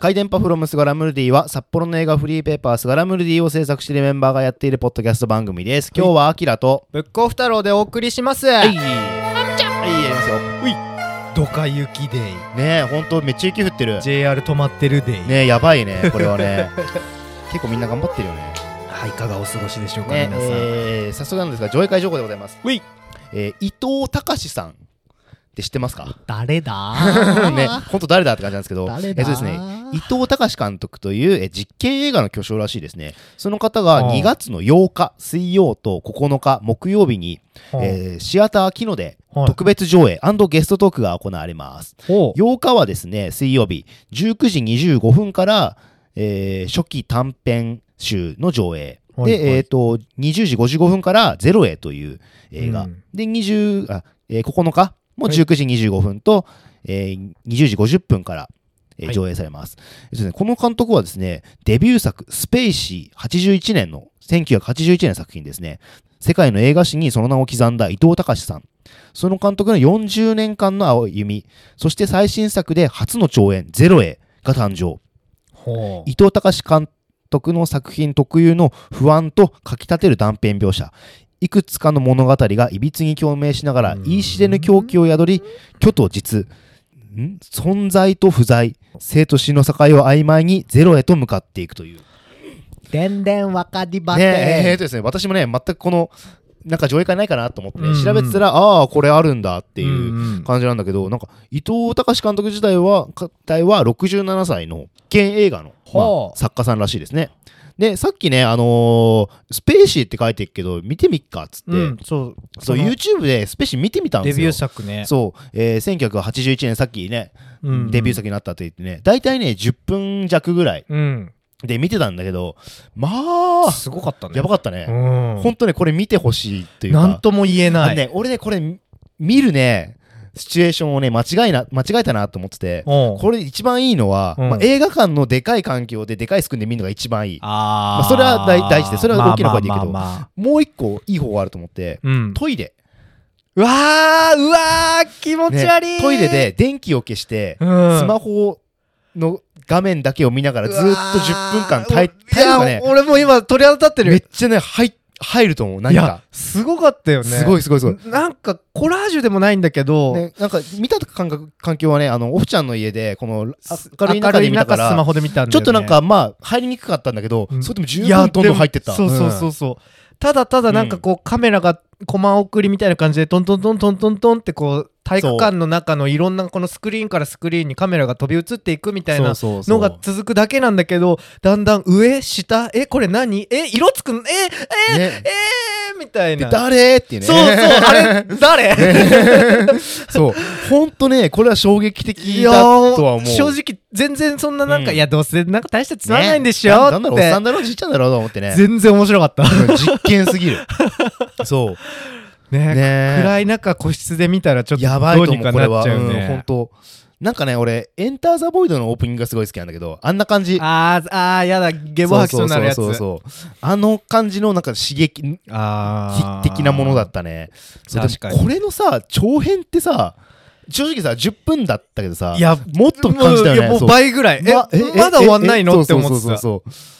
回電波フロムスガラムルディは札幌の映画フリーペーパースガラムルディを制作しているメンバーがやっているポッドキャスト番組です。今日はアキラと、ブックオフ太郎でお送りします。はい、はい、やりますよ。ドカ雪デイ、ねえ、ほんとめっちゃ雪降ってる。 JR 止まってるデイ。ねえ、やばいね、これはね。 結構みんな頑張ってるよね。はい、いかがお過ごしでしょうか、ね皆さん。えー、早速なんですが、上映会情報でございます。ういえー、伊藤隆さんって知ってますか誰 だね、ほんと誰だって感じなんですけど、誰えだっとですね、伊藤隆監督というえー実験映画の巨匠らしいですね。その方がああ2月の8日水曜と9日木曜日に、えーシアターキノではい特別上映ゲストトークが行われます。ほう8日はですね、水曜日19時25分から、えー初期短編集の上映。はいはいで、えっ、と、20時55分からゼロへという映画。うんで、20あ、えー9日もはい19時25分と、えー20時50分から、えーはい上映されます、えっとねこの監督はですね、デビュー作、スペイシー81年の、1981年の作品ですね。世界の映画史にその名を刻んだ伊藤隆さん。その監督の40年間の歩み、そして最新作で初の長演、ゼロへが誕生。ほう伊藤隆監督の作品特有の不安とかきたてる断片描写いくつかの物語がいびつに共鳴しながらうん言い知れぬ狂気を宿り虚と実ん存在と不在生と死の境を曖昧にゼロへと向かっていくというでんでんわかりばねええーてとですね私もね全くこのなんか上映会ないかなと思ってね、うんうん調べてたらああこれあるんだっていううんうん感じなんだけどなんか伊藤隆監督自体はか体は67歳の現映画の、ほうまあ作家さんらしいですねでさっきねあのースペーシーって書いてるけど見てみっかっつって、うん、そう、そうの YouTube でスペーシー見てみたんでデすビュよー作ね。そう、えー1981年さっきね、うんデビュー。作になったって言ってね大体ね10分弱ぐらいうん。で見てたんだけどまあすごかったね。やばかったね、うん。本当ねこれ見てほしいっていうかなんとも言えあなのい。ね、俺ね、これ、見るね、シチュエーションをね、間違いな、間違えたなと思ってて、うんこれ一番いいのは、うんまあ、映画館のでかい環境ででかいスクリーンで見るのが一番いい。あまああ。それは大大事でそれは大きな声でいいけどまあまあまあまあもう一個いい方があると思って、うん。トイレ。うわー、うわー、気持ち悪い、ねトイレで電気を消して、うん、スマホの画面だけを見ながらずっと10分間耐え、い耐えるのがねや、、俺もう今鳥肌立ってるめっちゃね、入、入ると思う、何いやか。すごかったよねすごいすごいすごい。なんかコラージュでもないんだけど、ね、なんか見た感覚環境はねあのオフちゃんの家でこの明る明るいい中中で見たからスマホで見たんだちょよ、っね、となんかまあ入りにくかったんだけど、うんそれでも十いや分どんどん入ってったでもそうそうそうそう、ただただなんかこう、カメラがコマ送りみたいな感じでトントントントントントンってこう体育館の中のいろんなこのスクリーンからスクリーンにカメラが飛び移っていくみたいなそうのが続くだけなんだけどだんだん上下えこれ何え色つくんええ、ねえー、みたいでな誰っていうねそうそう、あれ、誰、 そうほんとねこれは衝撃的だとは思う正直、全然そんななんか、うんいや、どうせなんか大してつまねらないんでしょなっんだろうおってさん、だろうじいちゃんだろうと思ってね全然面白かった。実験す ぎるそうねね暗い中、個室で見たらちょっとやばいどうとに思かうこれなっはちゃううんほんね。となんかね俺エンター・ザ・ボイドのオープニングがすごい好きなんだけどあんな感じあー、あー、やだ、ゲボ吐きそうになるやつ。そうそうそうそうあの感じのなんか刺激あー的なものだったねそうでも確かにこれのさ長編ってさ正直さ10分だったけどさいや、もっと感じたよねもういやもそうう倍ぐらい。え、わええまだ終わんないえのえって思ってそうた。そうそうそう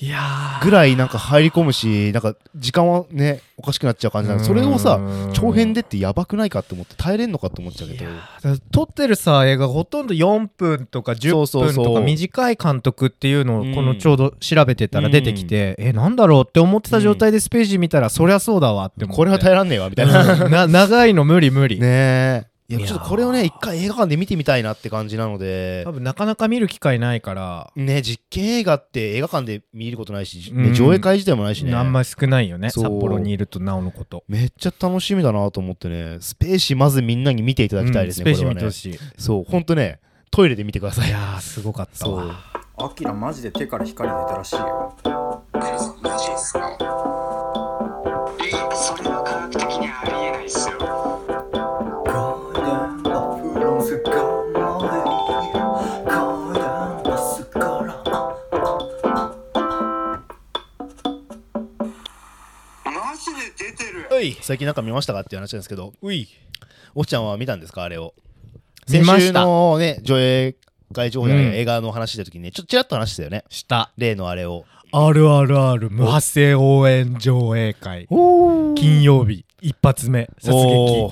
いやーぐらいなんか入り込むしなんか時間はねおかしくなっちゃう感じなのそれをさうん長編でってやばくないかって思って耐えれんのかって思っちゃうけどだから撮ってるさ映画ほとんど4分とかそう10そう分そうとか短い監督っていうのをうんこのちょうど調べてたら出てきて、えなんだろうって思ってた状態でスページ見たら、そりゃそうだわって思ってこれは耐えらんねえわみたいな ねうんな 長いの無理無理、えいやいやちょっとこれをね一回映画館で見てみたいなって感じなので多分なかなか見る機会ないから、ね実験映画って映画館で見ることないし、うんね上映会自体もないしねあんまり少ないよねそう札幌にいるとなおのことめっちゃ楽しみだなと思ってねスペーシーまずみんなに見ていただきたいですね、うんこれスページは見てねほしい、そうほんとねトイレで見てくださいいやーすごかったそうわアキラマジで手から光出たらしいよマジですかえそれは科学的にはありえないっすよマジで出てるうい最近なんか見ましたかっていう話なんですけどういおっちゃんは見たんですかあれを見ました先週のね上映外情報やねうん映画の話した時にね、ちょっとちらっと話したよね。した例のあれを。 RRR 無発声応援上映会金曜日一発目殺お撃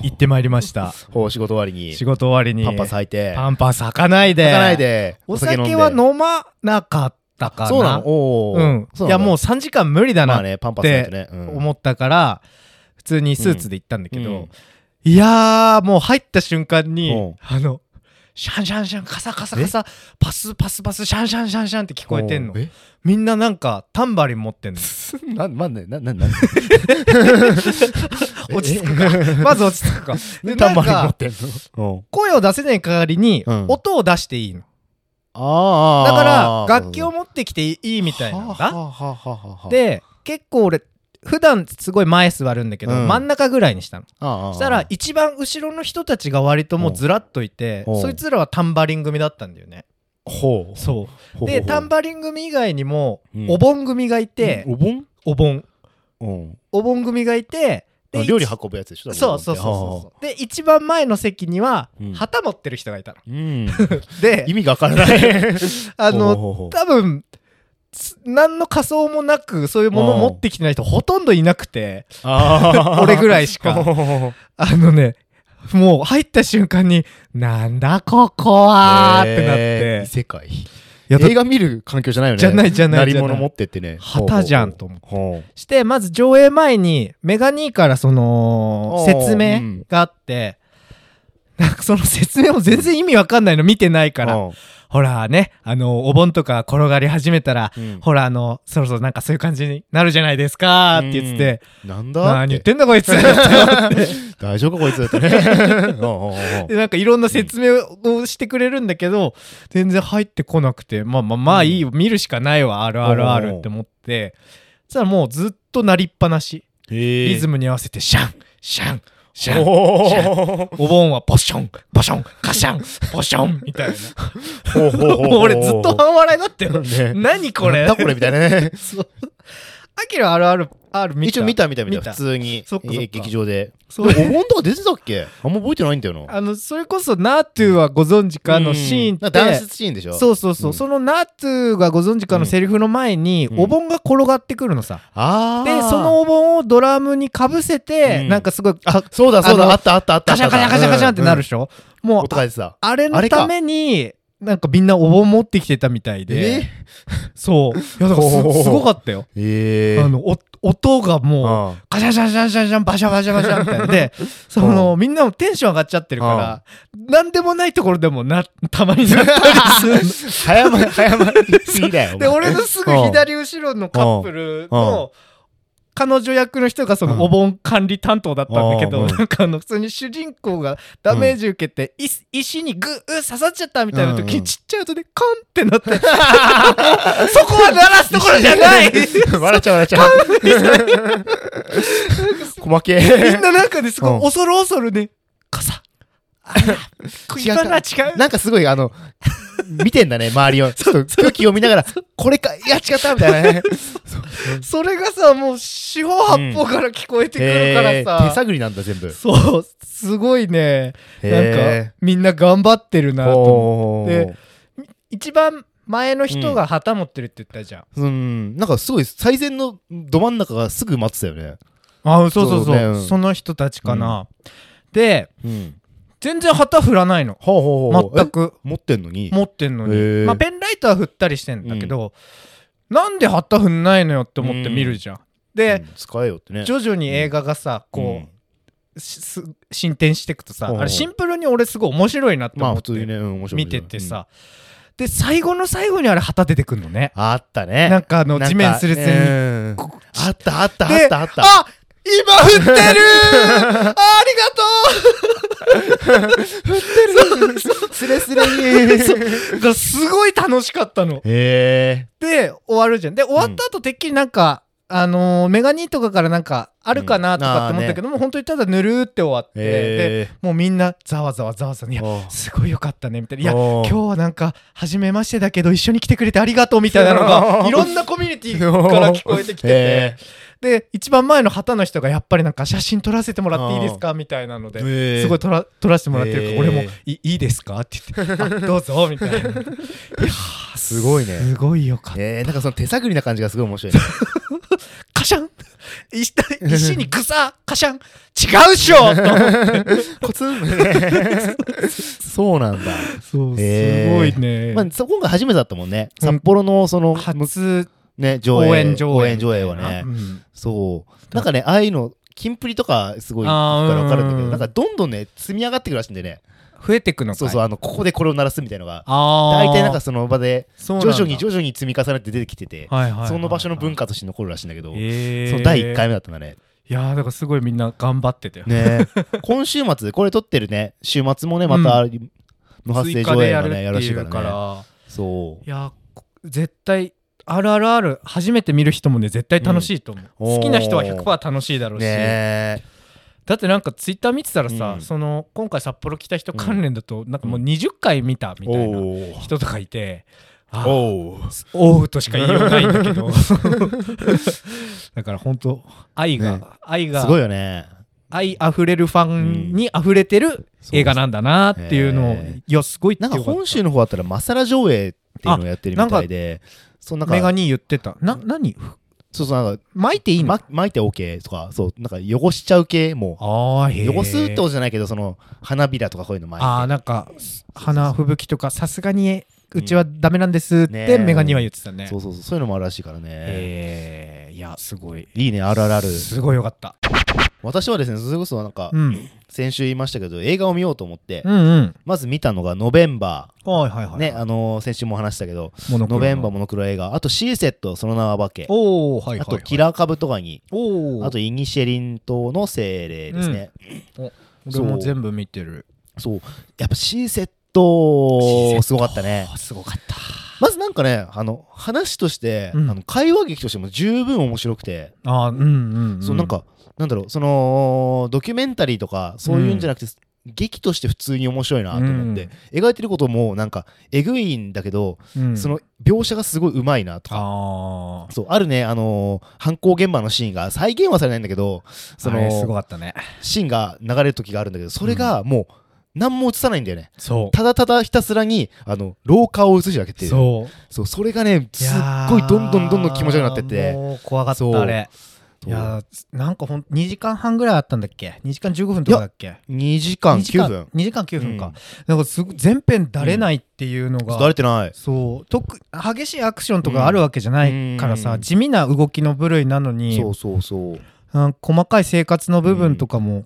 ー行ってまいりましたほう仕事終わりに仕事終わりにパンパス履いてパンパス履かないで泣かないでお酒飲んでは飲まなかったかなそうなのおうーんいそなやのもう3時間無理だまあなねパンパス履いてね、うん思ったから普通にスーツで行ったんだけど、うんいやーもう入った瞬間うんにあのシャンシャンシャンカサカサカサパスパスパスシャンシャンシャンシャンって聞こえてんのおーえみんななんかタンバリン持ってんのなまあねななな落ち 着くかまず落ち着くかでタなンんバリン持っかてんのうん声を出せない代わりにうん音を出していいのあだあから楽器を持持ってきていいみたいなんはだあはあはあはあで結構俺普段すごい前座るんだけどうん真ん中ぐらいにしたのああそしたら一番後ろの人たちが割ともうずらっといておうそいつらはタンバリン組だったんだよねほうそほううでタンバリン組以外にもうんお盆組がいてお盆お盆うんお盆組がいてで料理一運ぶやつでしょそうそうそうそうで一番前の席にはうん旗持ってる人がいたううの んで意味がわからない あのほうほうほう多分つ何の仮装もなくそういうものを持ってきてない人ほとんどいなくてあー 俺ぐらいしかほうほうほうあのねもう入った瞬間に「なんだここは!」ってなっえー異て世界いやだ映画見る環境じゃないよねじゃないじゃない鳴りじゃ物ない持ってってね旗じゃんと思ってほうしてまず上映前にメガニーからそのおー説明があって、なんかその説明も全然意味わかんないの見てないから、ほうほらねあのお盆とか転がり始めたら、うんほらあのそろそろなんかそういう感じになるじゃないですかって言ってて、なんだ何言ってんだこいつ 大丈夫かこいつって ねおうおうおうでなんかいろんな説明をしてくれるんだけど、全然入ってこなくてまあまあまあいいよ、見るしかないわおー RRR って思ってそしたらもうずっと鳴りっぱなし。リリズムに合わせてシャンシャンシャンおシャンーお盆はポションポションカシャンポションみたいなほうほうほうもう俺ずっと半笑いになってるね何 これなんだこれみたいなねそうアキラあるあるある見た一応見た見た見た見た普通にそっかそっかえ劇場ででそうもお盆とか出てたっけあんま覚えてないんだよなあのそれこそナートゥはご存知かのシーンうってんなんかダンスシーンでしょそうそうそう、うんそのナートゥがご存知かのセリフの前に、うんお盆が転がってくるのさ、あーでそのお盆をドラムにかぶせて、うんなんかすごいあそうだそうあだのあったあったあったあカっシたャンカシャンカシャンカシャンってなるでしょ、うんもう音が出てたあれあのれかために、なんかみんなお盆持ってきてたみたいえで、そう。いや、だかほらうほうほうすすごかったよ。ええあの、お音がもあう、ガシャシャシャシャシャン、バシャバシャバシャみたい な。で、その、みんなもテンション上がっちゃってるから、なんでもないところでもな、たまになったりする早まり 早まりすぎだよの。で、俺のすぐ左後ろのカップルの、彼女役の人がそうんのお盆管理担当だったんだけうど、んなんかあの普通に主人公がダメージ受けて、い石にグー刺さっちゃったみたいな時、うんうんちっちゃい音でカンってなって そこは鳴らすところじゃないお前 笑っちゃう笑 っちゃ う細けみんえななんかですうごんい恐る恐るね傘あら今のは違 うなんかすごいあの見てんだね周 りをちょっと空気を見ながらこれかいや違ったみたいなねそれがさもう四方八方から聞こえてくるへかー手らさ、探りなんだ全部そうすごいねなんへかみんな頑張ってるーなと思って。ほうで一番前の人が旗持ってるって言ったじゃん、うんなんかすごい最善のど真ん中がすぐ待ってたよねああそうそそうそううねうんその人たちかな、でうん全然旗振らないのほうほうほう全くえ持ってんのに持ってんのへに、ーまあ、ペンライトは振ったりしてんだけど、なんで旗振んないのよって思って見るじゃん、うでん使えよってね徐々に映画がさこんう、しす進展していくとさほうほうあれシンプルに俺すごい面白いなってまあ思普って、通にねうん面白い見ててさ、で最後の最後にあれ旗出てくんのねうんあったねなんかあのなんか地面すれすれに、うんこあったあったあでったあったあ今振ってるあスレスレりがとうそうがすごい楽しかったの。へえで終わるじゃん。で終わった後てっきりなんか、あのーメガニーとかからなんかあるかなとかって思ったけども、本当にただぬるーって終わって、でえもうみんなざわざわざわざわいやー。すごいよかったねみたいないやおー今日はなんか初めましてだけど一緒に来てくれてありがとうみたいなのがいろんなコミュニティから聞こえてきてて、 えで一番前の旗の人がやっぱりなんか写真撮らせてもらっていいですかみたいなので、えーすごい撮ら撮らせてもらってるから、えー俺もいいいですかって 言ってあどうぞみたいないやーすごいねすごいよかった、えー、なんかその手探りな感じがすごい面白い ね。カシャン 石石に草カシャン違うっしょと思ってコツン そうなんだ。そうへーすごいね、まあ、そこが初めてだったもんね。うん札幌のその、初ね、上応映。援上映応援上映はねう。んそう。なんかね、ああいうの、キンプリとかすごいあーから分かるんだけうんうど、んなんかどんどんね、積み上がってくるらしいんでね。増えてくのかそいうそう、あの、ここでこれを鳴らすみたいなのが。ああ大体なんかその場で、徐徐々に徐々に積み重ねて出てきてて、はいはいはいはいその場所の文化として残るらしいんだけど、えーその第1回目だったんだね。いやーだからすごいみんな頑張ってたよ、 ね今週末これ撮ってるね週末もねまた、無発生追加上で映やがるっねてやらしいいうかからねらそういやーこ絶対あるあるある初めて見る人もね絶対楽しいと思う、うん好きな人はおー100%楽しいだろうし、ねえだってなんかツイッター見てたらさ、うんその今回札幌来た人関連だとなんかもう20回見たみたいなお人とかいて、あーおうおうとしか言いようないんだ けどだから本当愛が、ね愛がすごいよね愛あふれるファンにあふれてる映画なんだなっていうのを、そうそういやすごいってなよんかっかた本州の方だったらマサラ上映っていうのをやってるみたいでそうなんかメガニー言ってたな何そうそうなんか巻いていいの、ま巻いて OK とかそうなんか汚しちゃう系もああへえ汚すってことじゃないけどその花びらとかこういうの巻いてああなんか花吹雪とかさすがにうちはダメなんですっねえてメガニーは言ってたねそうそうそうそういうのもあるらしいからねへえいやすごいいいねあるあるあるすごいよかった、私はですねそれこそなんかうん、先週言いましたけど映画を見ようと思ってうんうんまず見たのがノベンバはいはいはー、いね、あのー先週も話したけど、モノクノロのベンバーモノクロ映画、あとシーセット、その名は化け、おおはいあはい、はとい、キラーカブトガニ、おおあとイニシェリン島の精霊ですね。俺も全部見てるそう、やっぱシーセット、すごかったねあ。すごかったまずなんかね、あの話として、うんあの会話劇としても十分面白くて、あーうんうん、うん、そうなんか、なんだろう、そのドキュメンタリーとか、そういうんじゃなくて、劇として普通に面白いなと思って、描いてることもなんかえぐいんだけど、うんその描写がすごい上手いなとかあそうあるね、あのー犯行現場のシーンが再現はされないんだけどそそれすのごかったねシーンが流れる時があるんだけどそれがもう何も映さないんだよね、そただただひたすらにあの廊下を映すだけっていうそうそそれがねうすっごいどんどんどんどん気持ち悪くなってってもう怖かっそうたあれいやーなんかほん2時間半ぐらいあったんだっけ2時間15分とかだっけ2時間9分2時間9分か、うんなんかすご全編だれないっていうのが、慣れてないそう特激しいアクションとかあるわけじゃないからさ、うん地味な動きの部類なのにそうそうそうなんか細かい生活の部分とかも、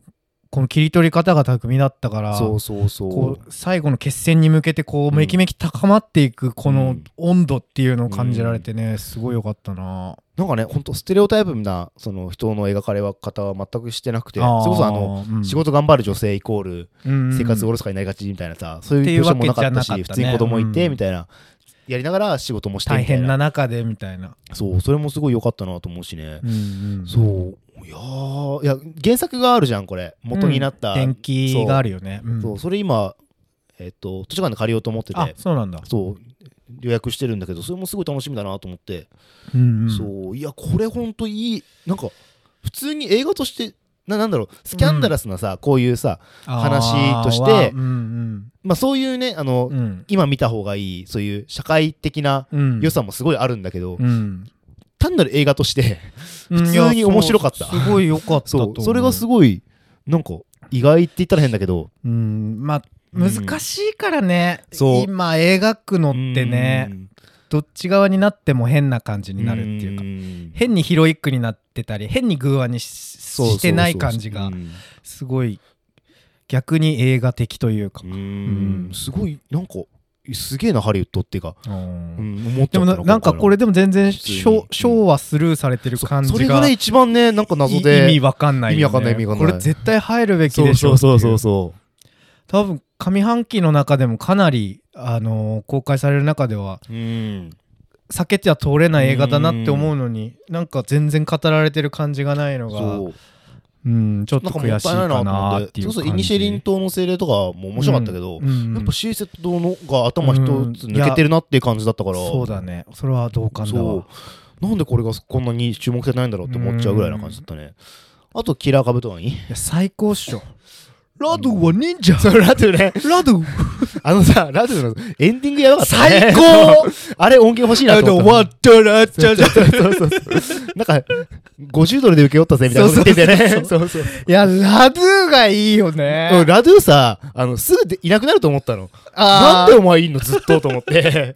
この切り取り方が巧みだったからそうそうそこう最後の決戦に向けてこうめきめき高まっていくこうのん温度っていうのを感じられてねすごい良かったうななんかねほんとステレオタイプなその人の描かれ方は全くしてなくてそれあーこそあのうん仕事頑張る女性イコールうん生活おろそかになりがちみたいなさ、そういう描写もなかったしっていうわけじゃなかったね普通に子供いてうんみたいな、やりながら仕事もして大みたい変なな中でみたいなそうそれもすごい良かったなと思うしね、うんそういやーいや原作があるじゃんこれ元になった、天気があるよねうんそうそれ今えっと図書館で借りようと思ってあてそうなんだそう予約してるんだけどそれもすごい楽しみだなと思って、うんうんそういやこれほんといいなんか普通に映画としてななんだろうスキャンダラスなさ、こういうさ、話としてあーはうんまあ、そういうねあの、うんうん今見た方がいいそういう社会的なうん良さもすごいあるんだけど、うん単なる映画と して普通に面白かったすごい良かったとそ思うそれがすごいごいなんか意外って言ったら変だけどうんまあうん難しいからねそう今描くのってねどっち側になっても変な感じになるっていうかうか変にヒロイックになってたり変に偶話にししてない感じがすごい逆に映画的というかう、んうんすごいなんかすげえなハリウッドっていうか、うんうん思っちでゃもったななんかこれでも全然普通にショショーはスルーされてる感そじれががね一番ねなんか謎でい意味わかんないよね意味わかんない意味わかんないこれ絶対入るべきそうでしそょうそうそうっていそう多分上半期の中でもかなり、あのー公開される中ではううん避けては通れない映画だなって思うのになんか全然語られてる感じがないのがそううんちょっとなんかも悔っしいたいないかなとな思っってていうそ感うじそうイニシェリン島の精霊とかも面白かったけど、うんうんやっぱシーセットのが頭一つ抜けてるなっていう感じだったから、そうだねそれは同感だわそうなんでこれがこんなに注目されないんだろうって思っちゃうぐらいな感じだったね、あとキラーカブトガニいや最高っしょラドゥは忍者ラドゥねラドゥあのさラドゥのエンディングやばかったね最高あれ音源欲しいなラとドゥ思終ったわったらちゃちゃそうそうそうなんか50ドルで請け負ったぜみたいなこと言ってんだよねそうそう いやラドゥがいいよねうんラドゥさあのすぐでいなくなると思ったのなあんでお前いんのずっとと思って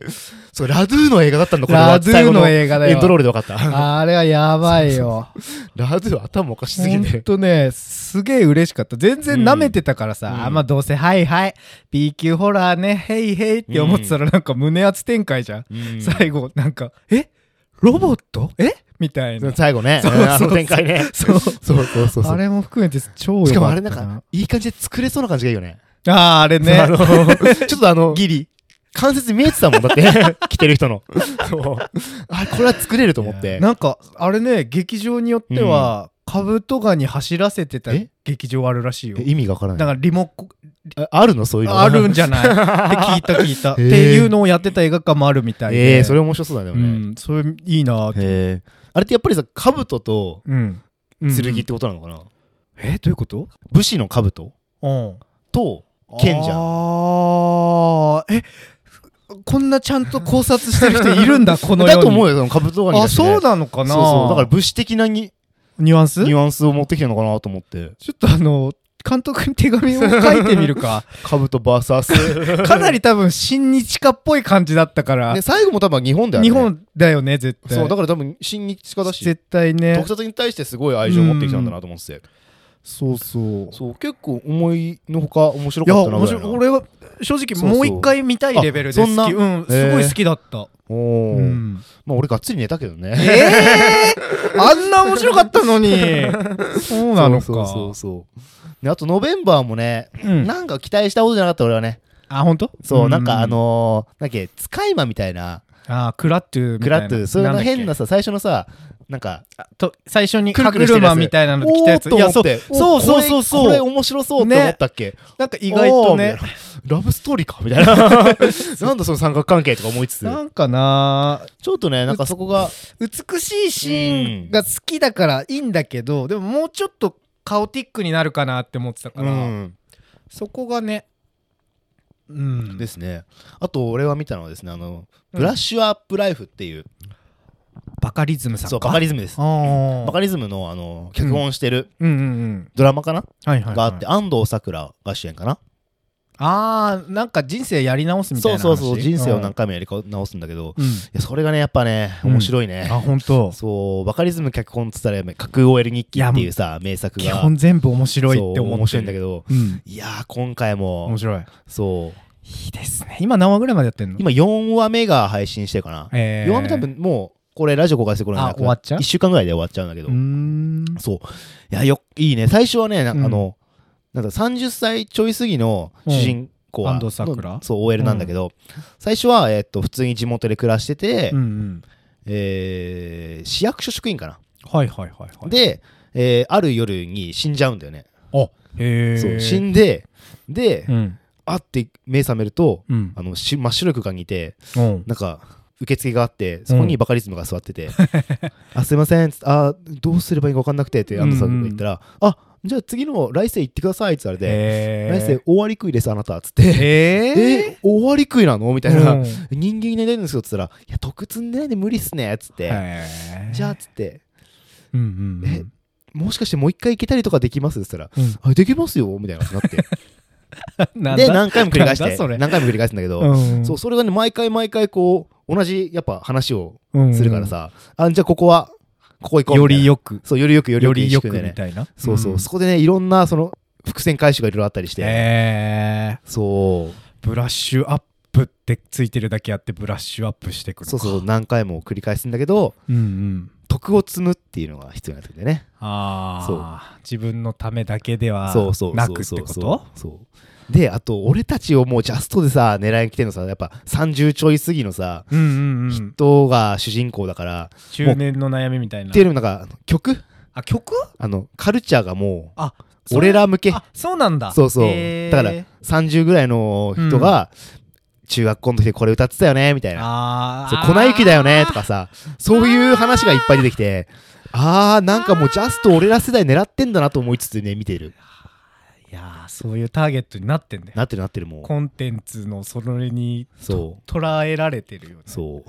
そうラドゥの映画だったのこれはラドゥの映画だ最後のよエンドロールで分かったあれはやばいよ。ラドゥ頭おかしすぎほんてとね、すげえ嬉しかった。全然舐めてたからさ、うんあまあどうせ、はいはい、B 級ホラーね、へいへいって思ってたら、なんか胸圧展開じゃん。うん最後、なんか、えロボットえみたいな。最後ねそううんあそうの展開ねそうそうそうそうそうあれも含めて超良かったしかもあれなんか、いい感じで作れそうな感じがいいよね。ああ、あれね。あの ちょっとあの、ギリ。関節見えてたもん、だ って、着てる人の。そう。あ、これは作れると思って。なんか、あれね、劇場によっては、カブトガニ走らせてたえ劇場あるらしいよえ。意味がわからだかない。らリモコン、ああるのそういうの。あるんじ ゃないって聞いた聞いた、へー っていうのをやってた映画館もあるみたいでええ、それ面白そうだね。でうもねんそれいいなってへえ。あれってやっぱりさ、兜とうんうん剣ってことなのかなえどういうこと武士の兜うんと剣じゃん。あーえこんなちゃんと考察してる人いる んだこの世にだと思うよ、その兜があそうなのかなそうそう。だから武士的なにニュアンスニュアンスを持ってきてるのかなと思って。ちょっとあの監督に手紙を書いてみるか 兜 VS。かなり多分新日課っぽい感じだったからで、最後も多分日本だよね。日本だよね絶対そうだから多分親日家だし絶対ね特撮に対してすごい愛情を持ってきたんだなと思っててそうそうそう結構思いのほか面白いやかったな面ぐらい白いな俺は正直そうそうもう一回見たいレベルで好きあそんなうん、すごい好きだった、おーうんまあ俺がっつり寝たけどえね えー、あんな面白かったのにそうなのかそうそうそうであとノベンバーもねうんなんか期待したことじゃなかった俺はねあ本当そうなんかあのーなんだっけ使い魔みたいなあークラットゥみたクいなラッとそういうの変んだなっさ最初のさなんかけと最初にくる歯くるしてるやつ車みたいなので来たやつおーっと思っいやてそうおそうそうそうこれこれそう面白そうって思ったっけなんか意外とねおーみたいなラブストーリーかみた いななんだその三角関係とか思いつつなんかなちょっとねなんかそこが美しいシーンが好きだからいいんだけど、でももうちょっとカオティックになるかなって思ってたから、そこがねうんですねあと俺は見たのはですねあのブラッシュアップライフっていう、バカリズムさんかそうバカリズムですああバカリズムのあの脚本してるうんうんうんドラマかな、はいはいはい、があって安藤サクラが主演かなあーなんか人生やり直すみたそいなう話そうそう人生を何か、回もやり直すんだけど、いうんやそれがねやっぱねうん面白いね、あ本当そうバカリズム脚本っつったらやっぱ架空 OL 日記っていうさ名作が基本全部面白いって思ってそう面白いんだけどどうんいやー今回も面白いそういいですね今何話ぐらいまでやってんの今4話目が配信してるかな、えー、 4話目多分もうこれラジオ公開してこれなあ終わっちゃう1週間ぐらいで終わっちゃうんだけうど、ーんそう。いや、よ、いいね。最初はね、なんうんかあの、なんだ、30歳ちょい過ぎの主人公は、うん安藤サクラのそう、OL なんだけど、最初は、えーっと、普通に地元で暮らしてて、うんうんえー市役所職員かな。はいはいはいはいで、えーある夜に死んじゃうんだよね。あへえそう、死んで、で、うんあって目覚めると、うんあの、し真っ白い空間にいて、うんなんか、受付があってそこにバカリズムが座ってて「あすいません」つってあどうすればいいか分かんなくて」って安藤さんが言ったら「あじゃあ次の来世行ってください」っつって言われて「来へ世終わり食いですあなた」っつってえ「へえ終わり食いなの?」みえたいなうん「人間になりたいんですよ」っつったら「いや得積んでないんで無理っすね」っつってへ「えじゃあ」っつってうんうんうんえ「もしかしてもう一回行けたりとかできます?」っつったら「あできますよ」みたいなことになってなんだで何回も繰り返しなんだてそれ何回も繰り返すんだけどんそうそれがね毎回毎回こう同じやっぱ話をうんするからさ、あじゃあここはここ行こうよみたいなりよくそうよりよくよりよよくりよよくくでみねたいなそうそう、んそこでねいろんなその伏線回収がいろいろあったりして、えそうーブラッシュアップってついてるだけあってブラッシュアップしてくるそうそう何回も繰り返すんだけどうんうん徳を積むっていうのが必要になってくるんだよね。ああ自分のためだけではそうそうなそくうってそこうとそうそうであと俺たちをもうジャストでさ狙いに来てるのさやっぱ30ちょい過ぎのさうんうんうん人が主人公だから、中年の悩みみたいなっていうのもなんか曲あ曲あのカルチャーがもあう俺ら向けあそうなんだそうそう、へーだから30ぐらいの人が、中学校の時これ歌ってたよねみたいな「あそうあ粉雪だよね」とかさそういう話がいっぱい出てきてあーなんかもうジャスト俺ら世代狙ってんだなと思いつつね見てるいやーそういうターゲットになってんだよなってるなってるもうコンテンツのそれにそ捉えられてるよねうそ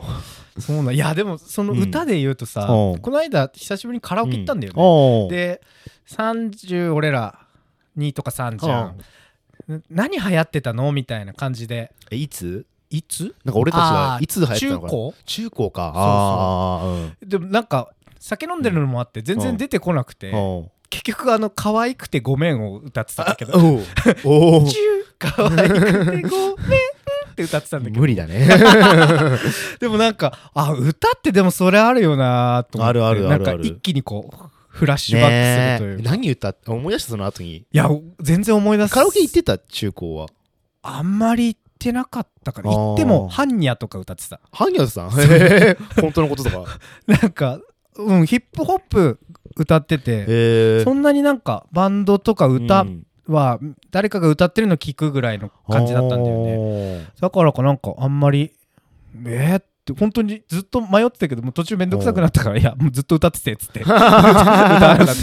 うそうなんいやでもその歌で言うとさ、うんうんこの間久しぶりにカラオケ行ったんだようね、おーで30俺ら2とか3じゃんう、な何流行ってたのみたいな感じでえいついつなんか俺たちがあーいつ流行ったのかな中高中高かそうあでもなんか酒飲んでるのもあって全然出てこなくて、ーうんうん結局あの可愛くてごめんを歌ってたんだ けどおうおう 中可愛くてごめんって歌ってたんだけど無理だね でもなんかあ歌ってでもそれあるよなと思ってあるあるあるあるなんか一気にこうフラッシュバッねクするというえか、何歌った思い出したその後にいや全然思い出すカラオケ行ってた中高はあんまり行ってなかったからあー行っても「ハンニャ」とか歌ってたハンギョン さんへえ本当のこととかなんかうんヒップホップ歌って てへえそんなになんかバンドとかう歌んは誰かが歌ってるの聞くぐらいの感じだったんだよねねだからかなんかあんまりえーって本当にずっと迷ってたけどもう途中めんどくさくなったからいやもうずっと歌っててっつって 歌わなかっ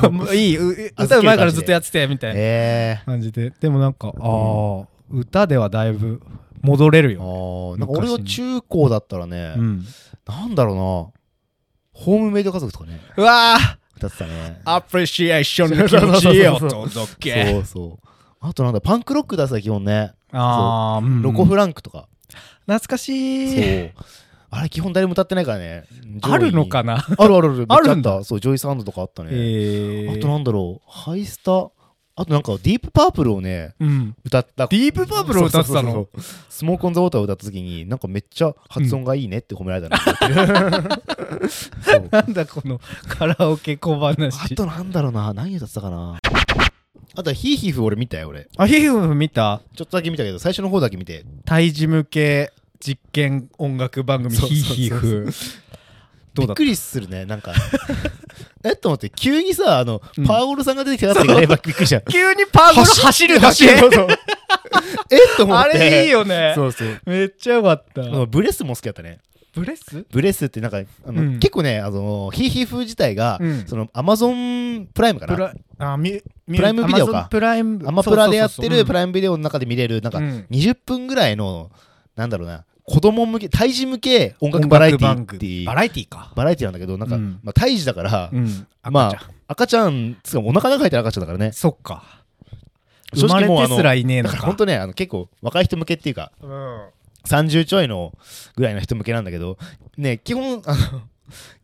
たもういいう歌う前からずっとやっててみたいなえ感じででもなんかああ歌ではだいぶ戻れるえよ、ーなんか俺昔は中高だったらねうん、なんだろうなホームメイド家族とかねうわー歌ってたねアプリシエーションの気持ちを届けそうそうあとなんだパンクロックださ基本ねあー、うんロコ・フランクとか懐かそ。しいうあれ、基本誰も歌ってないからね。あるのかな上位にあるあるある。あるめんだっちゃあったそう、ジョイサウンドとかあったね。えあとなんだろう、ハイスタ、あとなんかディープパープルをね、うん歌った。ディープパープルを歌ってそたのうそうそうそうスモーク・オン・ザ・ウォーターを歌った時に、なんかめっちゃ発音がいいねって褒められた の覚えてるそうなんだこのカラオケ小あ話となんだろうな、何歌ってたかな。あとはヒーヒーフ俺見たよ、俺。あヒフム見たちょっとだけ見たけど、最初の方だけ見て。胎児向け実験音楽番組そうそうヒそうヒフどびうっだっくりするね、なんか。 えっと思って、急にさ、あの、うんパーゴルさんが出てきたなって言わればびっくりした。た急にパーゴル 走るだ走るけそうそうえっと思っあて。れいいよねそうそう。めっちゃよかったあのブレスも好きだったね。ブレスブレスってなんか、あのうん結構ね、あのヒーヒー風自体が、うんそのアマゾンプライムかプな。ラあミュミュプライムビデオか Amazon プライムアマプラでやってるプイライムビデオの中で見れる、なんかうん20分ぐらいの、なんだろうな、子供向け、胎児向け音楽バラエティっていうバラエティか、バラエティなんだけど、なんか、うんまあ、胎児だから、うん、まあ、赤ちゃん、つうかお腹の中入ってる赤ちゃんだからね。そっか正生ま直れもうあのてすらいねえだのからか本当ね、あの結構若い人向けっていうか、うん30ちょいのぐらいの人向けなんだけど、ね、基本、あの、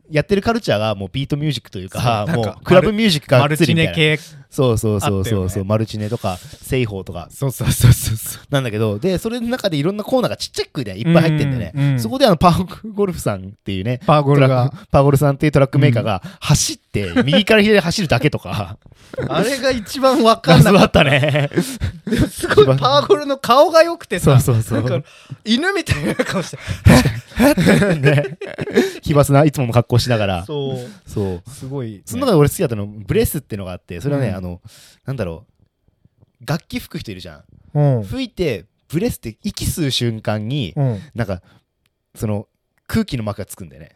やってるカルチャーがもうビートミュージックというか、そうもなんうかクラブミュージックかマっルつりチみネたいな。系そうそうそうそうあったそう、よねマルチネとか、セイホーとか。そうそうそうそうそうなんだけど、で、それの中でいろんなコーナーがちっちゃくね、いっぱい入ってんでね、うんうんそこであの、パークゴルフさんっていうね、パーゴトラルがックパーゴルさんっていうトラックメーカーが走って、右から左に走るだけとか、 あれが一番わかん謎なだかっったね。た。すごいパーゴルの顔が良くてそさ、うそうそうなんか犬みたいな顔して。ね、奇抜ないつもの格好しながら。そう。そう。すごい、その中で俺好きだったの、ブレスってのがあって、それはね、うんあの、なんだろう、楽器吹く人いるじゃん。うん。吹いて、ブレスって息吸う瞬間に、うん、なんか、その、空気の膜がつくんだよね。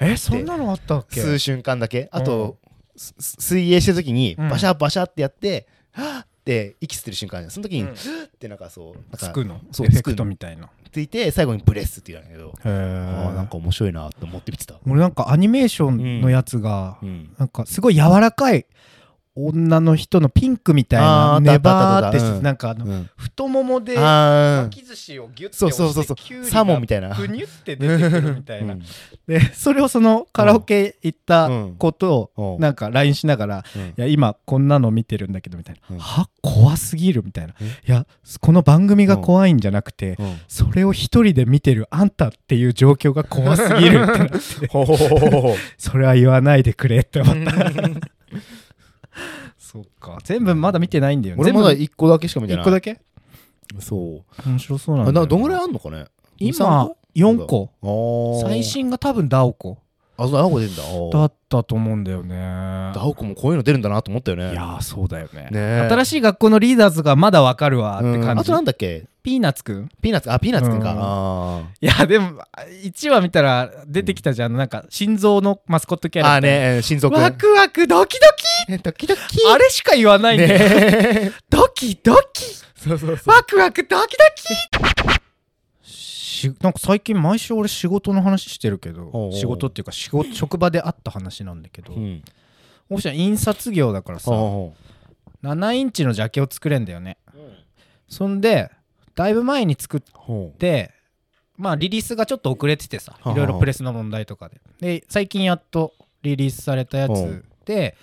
え、そんなのあったっけ吸う瞬間だけ。あと、すす水泳してる時に、うんバシャバシャってやって、はぁって息吸ってる瞬間じゃん。その時に、うんはぁってなんかそう、なんつか、くのそうエフェつクくトのみたいな。ついて、最後にブレスって言うんだけど、へあーーなんか面白いなって思って見てた。俺なんかアニメーションのやつが、うん。なんかすごい柔らかい女の人のピンクみたいなあーあネったあバったあっーったてあったしてなんかあのうん太ももであ巻き寿司をギュッてそう押してそうそうそうきゅうりがサーモンみたいなぐにゅって出てくるみたあ、い なうんでそれをそのカラオケ行ったことうんうをんなんか LINE しながらうん「いや今こんなの見てるんだけど」みたいなうん「は怖すぎる」みたいなえ「いやこの番組が怖いんじゃなくてうんそれを一人で見てるあんたっていう状況が怖すぎる」ってなって ほほほほ ほそれは言わないでくれって思ったそっか全部まだ見てないんだよね俺全部まだ1個だけしか見てない一個だけそう面白そうなんあだなよなどんぐらいあんのかね今4個個最新が多分ダオコあそうあこ出るんだおだーったと思うんだよねダオコもこういうの出るんだなと思ったよねいやーそうだよねねえ新しい学校のリーダーズがまだわかるわってうん感あじとなんだっけピーナッツくんピーナッツあピーナッツくんかうんあいやでも1話見たら出てきたじゃんなんか心臓のマスコットキャーラあーねえ心臓くんワクワクドキドえドキドキキあれしか言わないんだよ ねえドキドキそうそうそうワクワクドキドキしなんか最近毎週俺仕事の話してるけおうおどう仕事っていうか仕事職場であった話なんだけどうんオフちゃん印刷業だからさほ7インチのジャケを作れんだよねうほうそんでだいぶ前に作っほうてまあリリースがちょっと遅れててさあはいろいろプレスの問題とかでで最近やっとリリースされたやうんつで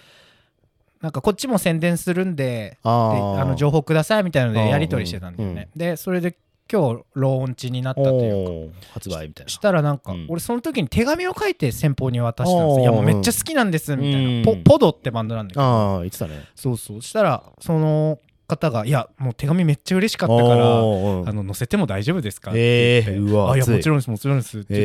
なんかこっちも宣伝するんでであーあの情報くださいみたいなのでやり取りしてたんだよね、でそれで今日ローンチになったというかおー発売みたいなしたらなんか、うん俺その時に手紙を書いて先方に渡したんですおーよいやもうめっちゃ好きなんですみたいな、うんポポドってバンドなんだけどああ言ってたねそうそうしたらその方が「いやもう手紙めっちゃ嬉しかったからおーあの載せても大丈夫ですか?」ってえ言ーってうわあいや熱いもちろんですもちろんです」って言っ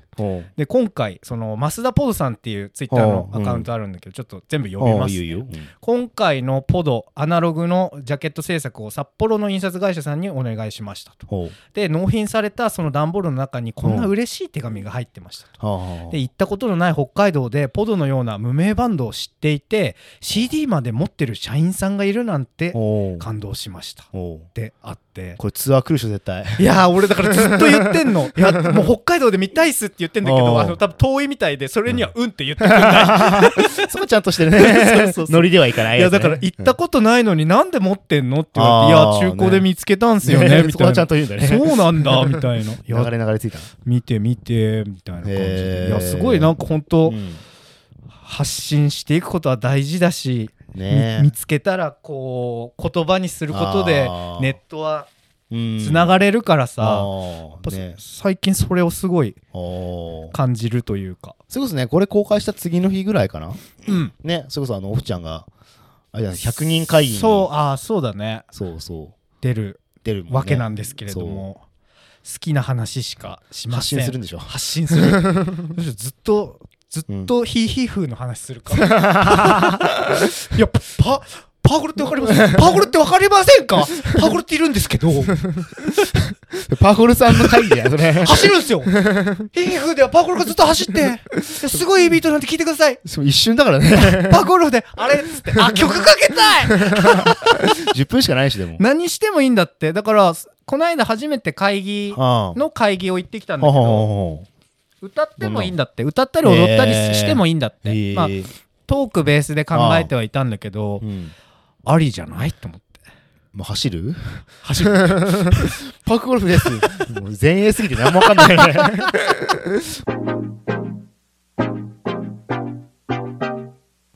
えーほうで今回その増田ポドさんっていうツイッターのおうアうんカウントあるんだけどちょっと全部読みあまーすいね、いよいいよ今回のポドアナログのジャケット制作を札幌の印刷会社さんにお願いしましたとほうで納品されたその段ボールの中にこんな嬉しい手紙が入ってましたとはあで行ったことのない北海道でポドのような無名バンドを知っていて CD まで持ってる社員さんがいるなんておー感動しましたっおーてあってこれツアー来るでしょ絶対いやー俺だからずっと言って んのいやもう北海道で見たいっすって言ってんだけおどうあの多分遠いみたいでそれにはうんって言ってくんない そこちゃんとしてるねそうそうそうノリではいかないいやだからい行ったことないのになんで持ってんのって言わあーれて「いや中古で見つけたんすよね」みそたこいはちゃんなと言うんだ「そねうな んだ」みたいな「い流やれ流れついた見て見て」みたいな感じでへーいやすごいなんか本当うん発信していくことは大事だしねみ見つけたらこう言葉にすることであーネットはつつながるれるからあさやっぱーね最近それをすごいおー感じるというかそれこそねこれ公開した次の日ぐらいかなうんねそれこそあのオフちゃんがあれじゃない100人会議にそうあーそうだねそうそう出る出るもんねわけなんですけれどそうも、好きな話しかしま発せん信するんでしょ発信する ずっとずっとヒーヒーフーの話する からいやパパーゴルってわかりますパーゴルってわかりませんかパーゴルっているんですけどパフォルさんの会議だよそ れ走るんですよヒーヒーフーではパーゴルがずっと走ってすごいいいビートなんて聞いてくださいしかも一瞬だからねパーゴルであれっつってあ曲かけたい10分しかないしでも何してもいいんだってだからこの間初めて会議あの会議を行ってきたんだほうけほうどほ歌ってもいいんだって歌ったり踊ったりえーしてもいいんだって、うへまあ、えトークベースで考えてはいたんだけどうんありじゃないと思ってまあ走る走る パークゴルフです。もう前衛すぎて何もわかんない よね。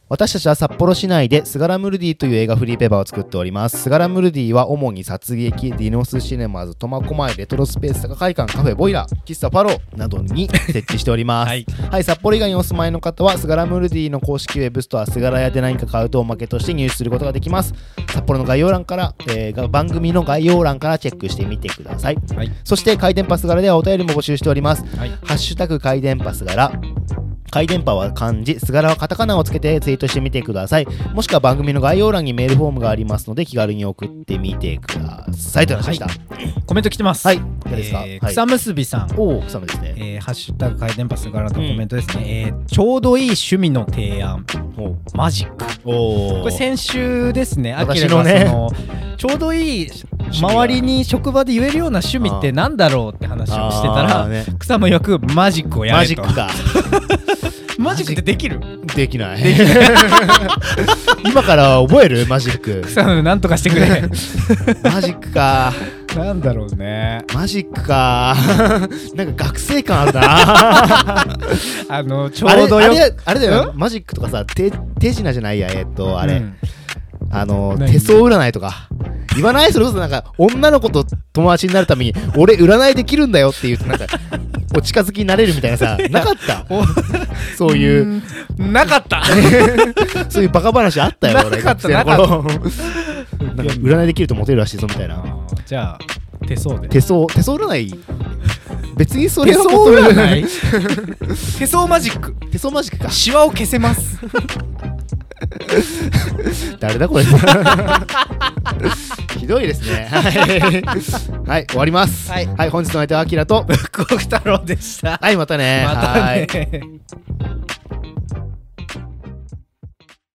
私たちは札幌市内でスガラムルディという映画フリーペーパーを作っております。スガラムルディは主に殺撃、ディノスシネマズ、苫小牧、レトロスペース、高会館、カフェ、ボイラー、喫茶パロなどに設置しております。はいはい、札幌以外にお住まいの方は、スガラムルディの公式ウェブストア、スガラ屋で何か買うとおまけとして入手することができます。札幌の概要欄から、えーが番組の概要欄からチェックしてみてください。はいそして、回転パス柄ではお便りも募集しております。はいハッシュタグ回電波すがら。回電波は漢字、すがらはカタカナをつけてツイートしてみてください。もしくは番組の概要欄にメールフォームがありますので、気軽に送ってみてください。という話でした。コメント来てますはい。いえかがですか、ーはい草むすびさん、おお、草むですね。えーハッシュタグ回電波すがらのコメントですね、えーちょうどいい趣味の提案マジックおお。これ先週ですね、アキラ私のがねそのちょうどいい味が周りに職場で言えるような趣味ってなんだろうって話をしてたあーらね 草間よくマジックをやマれジッとクか。マジックってできるできない。 今から覚えるマジック。草野なんとかしてくれマジックか。 なんだろうねマジックか。なんか学生感あるな。あのちょあれうどよあれあれだよ、んマジックとかさ、手手品じゃないや、えっと、あれ、うんあの、何手相占いとか。言わないそれこそなんか、女の子と友達になるために、俺占いできるんだよっていうと、 なんか、お近づきになれるみたいなさ、なかった。そういう、なかったそういうバカ話あったよ、 俺。なかった学生の頃ななんか占いできるとモテるらしいぞみたいな。 じゃあ手相で手相、手相占い別にそ手れ相は占い手相マジック手相マジックか。シワを消 せます誰 だこれひどいですね はい、はい、終わりますはい 本日の相手はアキラと幸太郎でしたはいまたねまはたいね